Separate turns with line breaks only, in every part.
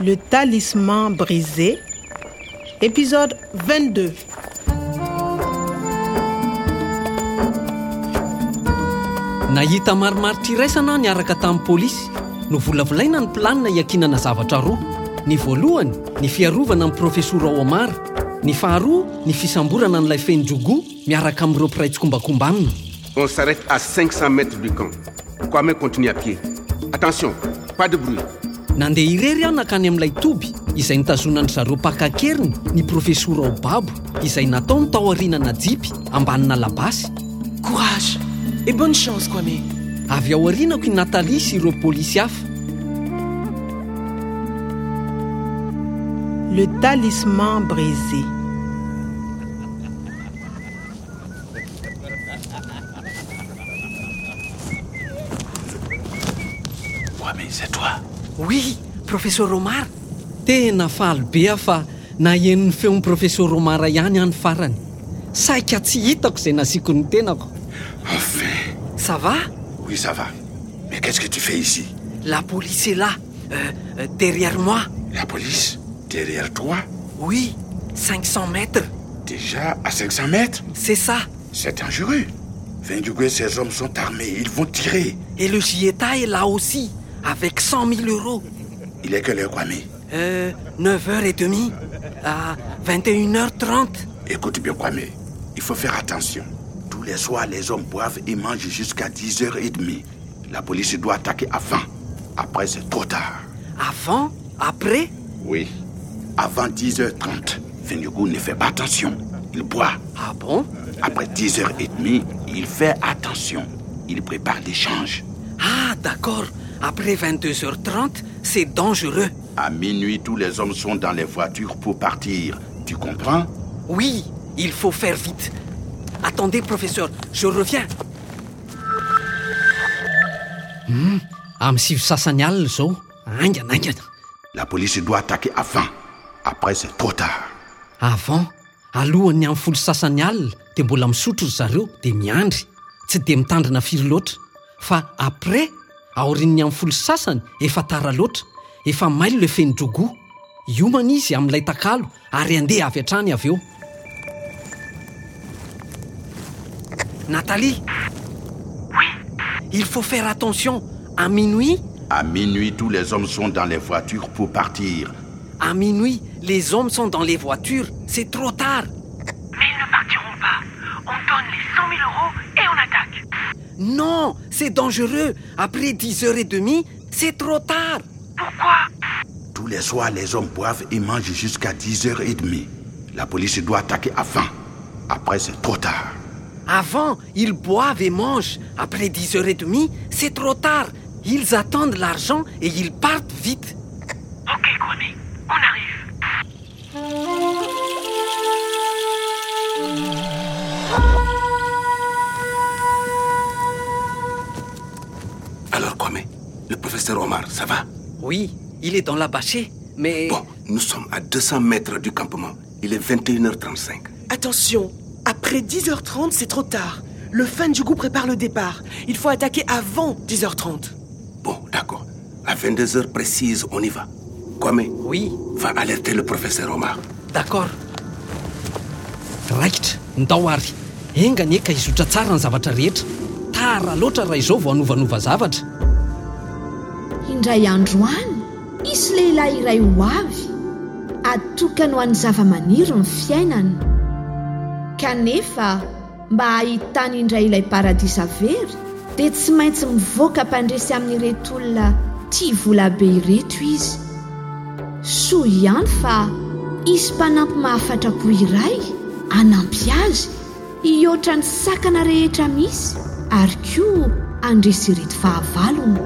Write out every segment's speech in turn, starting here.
Le talisman brisé, épisode 22.
nahita marimaritra iraisana niaraka tamin'ny pôlisy no volavolaina ny mpilanina hiankinana zavatra roa ny voalohany ny fiarovana amin'ny profesora ao amara ny faharoa ny fisamborana n'ilay fenidrogoa miaraka amin'ireo mpiray tsokombakombanina
On s'arrête à 500 mètres du camp. Kwame continue à pied. Attention, pas de bruit.
nandeha irery aho nankany amin'ilay toby izay nitazonany zareo mpaka-keriny ny profesora ao babo izay natao ny taoarinana jipy ambanina labasy
Courage et bonne chance, Kwame.
avy ao arinako i natalia sy ireo pôlisy hafa
Le talisman brisé.
oui professeur romara tena faly be ah fa nahenon'ny feon'ny professeur romara ihany any farany saika tsy hitako izay nasiako ny tenako
Enfin
ça va
Oui, ça va. Mais qu'est-ce que tu fais ici
la police est là Euh, euh, derrière moi
La police Derrière toi
oui 500 mètres
Déjà à 500 mètres
c'est ça
C'est dangereux. Vendugo et ses hommes sont armés. Ils vont tirer.
et le JETA est là aussi avec 100 000 euros
Il est que l'heure, Kwame.
euh, 9h30 à 21h30
Écoute bien, Kwame. Il faut faire attention. Tous les soirs, les hommes boivent et mangent jusqu'à 10h30. La police doit attaquer avant. Après, c'est trop tard.
avant après
Oui. Avant 10h30, Vendugo ne fait pas attention. Il boit.
ah bon
Après 10h30, il fait attention. Il prépare l'échange.
ah d'accord après 22h30 c'est dangereux
À minuit, tous les hommes sont dans les voitures pour partir. Tu comprends
Oui, il faut faire vite. Attendez, professeur, je reviens. Amin'ny sivy sasany alina izao aingana aingana
La police doit attaquer avant. Après, c'est trop tard.
avant alohany amin'ny folo sasany alina dia mbola misotro ry zareo dia miandry tsy dia mitandrina firy loatra fa après aorininy amin'ny folo sasany efa tara loatra efa mailo le fenidrogoa iomana izy amin'ilay takalo ary andeha avy an-trany avy eo natalie il faut faire attention à minuit
À minuit, tous les hommes sont dans les voitures pour partir.
à minuit les hommes sont dans les voitures c'est trop tard
Mais ils ne partiront pas. On donne les 100 000 euros et on attaque.
Non, c'est dangereux. Après 10h30, c'est trop tard.
Pourquoi
Tous les soirs, les hommes boivent et mangent jusqu'à 10h30. La police doit attaquer avant. Après, c'est trop tard.
Avant, ils boivent et mangent. Après 10h30, c'est trop tard. Ils attendent l'argent et ils partent vite.
Ok, Kwame, on arrive.
Alors, Kwame, le professeur Omar, ça va
Oui, il est dans la bâchée, mais...
nous sommes à 200 mètres du campement. Il est 21h35.
Attention, après 10h30, c'est trop tard. Le fan du goût prépare le départ. Il faut attaquer avant 10h30.
Bon, d'accord. À 22 heures précises, on y va. Kwame,
Oui,
va alerter le professeur Omar.
d'accord. raikitra ndao ary engany eka hizotra tsara ny zavatra rehetra tara loatra raha izao vao anovanova zavatra
indray andro any isy lehilahy iray ho avy atokany ho an'ny zava-maniry ny fiainana kanefa mba hahitany indray ilay paradisa very dia tsy maintsy mivoaka mpandresy amin'ireto olona tia volabe ireto izy soa ihany fa isy mpanampy mahafatra-po iray anampy azy hihoatra ny sakana rehetra misy ary koa andresy ireto fahavalona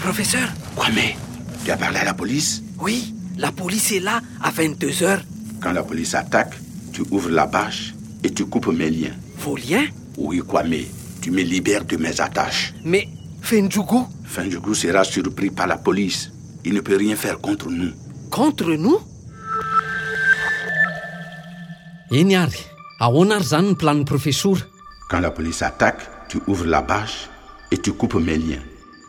Professeur,
Kwame, tu as parlé à la police
oui, la police est là à 22h.
Quand la police attaque, tu ouvres la bâche et tu coupes mes liens.
Vos liens
Oui, Kwame, tu me libères de mes attaches.
Mais Fendjougou,
Fendjougou sera surpris par la police. Il ne peut rien faire contre nous.
contre nous eny ary ahoana ary izany ny planin'ny professora
Quand la police attaque, tu ouvres la bâche et tu coupes mes liens.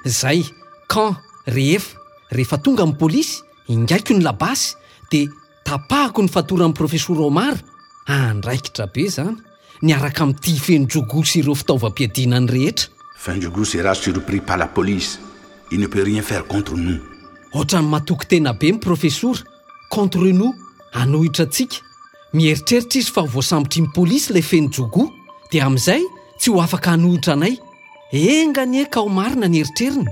zay quand rehefa rehefa tonga amin'ny pôlisy ingaiko ny labasy dia tapahako ny fatoran'ny profesora omara andraikitra be zany niaraka amin'ity fenidrogo sy ireo fitaovam-piadinany rehetra
Fendjougou sera surpris par la police. Il ne peut rien faire contre nous.
ohatrany matoky tena be ny profesora contre nous anohitra antsika mieritreritra izy fa ho voasambotry ny pôlisy lay fenidrogo dia amin'izay tsy ho afaka hanohitra anay engany e ka ho marina ny eritreriny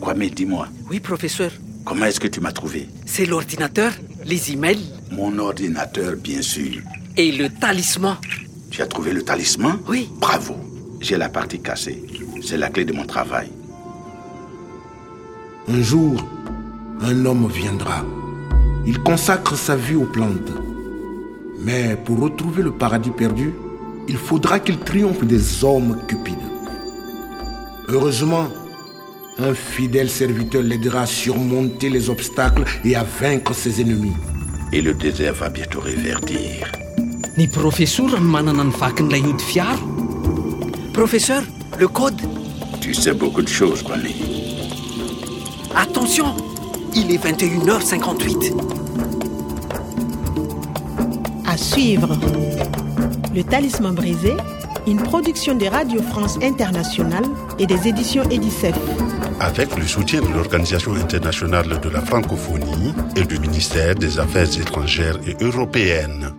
Kwame, dis-moi,
Oui, professeur.
comment est-ce que tu m'as trouvé
C'est l'ordinateur, les emails
Mon ordinateur, bien sûr.
et le talisman.
Tu as trouvé le talisman
Oui.
Bravo. J'ai la partie cassée. C'est la clé de mon travail.
Un jour, un homme viendra. Il consacre sa vie aux plantes. Mais pour retrouver le paradis perdu, il faudra qu'il triomphe des hommes cupides. Heureusement, un fidèle serviteur l'aidera à surmonter les obstacles et à vaincre ses ennemis.
Et le désert va bientôt réverdir.
ny profesora no manana ny vakin'ilay ody fiaro
Professeur, le code.
Tu sais beaucoup de choses, Kwame.
Attention, il est 21h58.
À suivre. Le Talisman brisé, une production de Radio France Internationale et des éditions Edicef.
avec le soutien de l'Organisation internationale de la francophonie et du ministère des Affaires étrangères et européennes.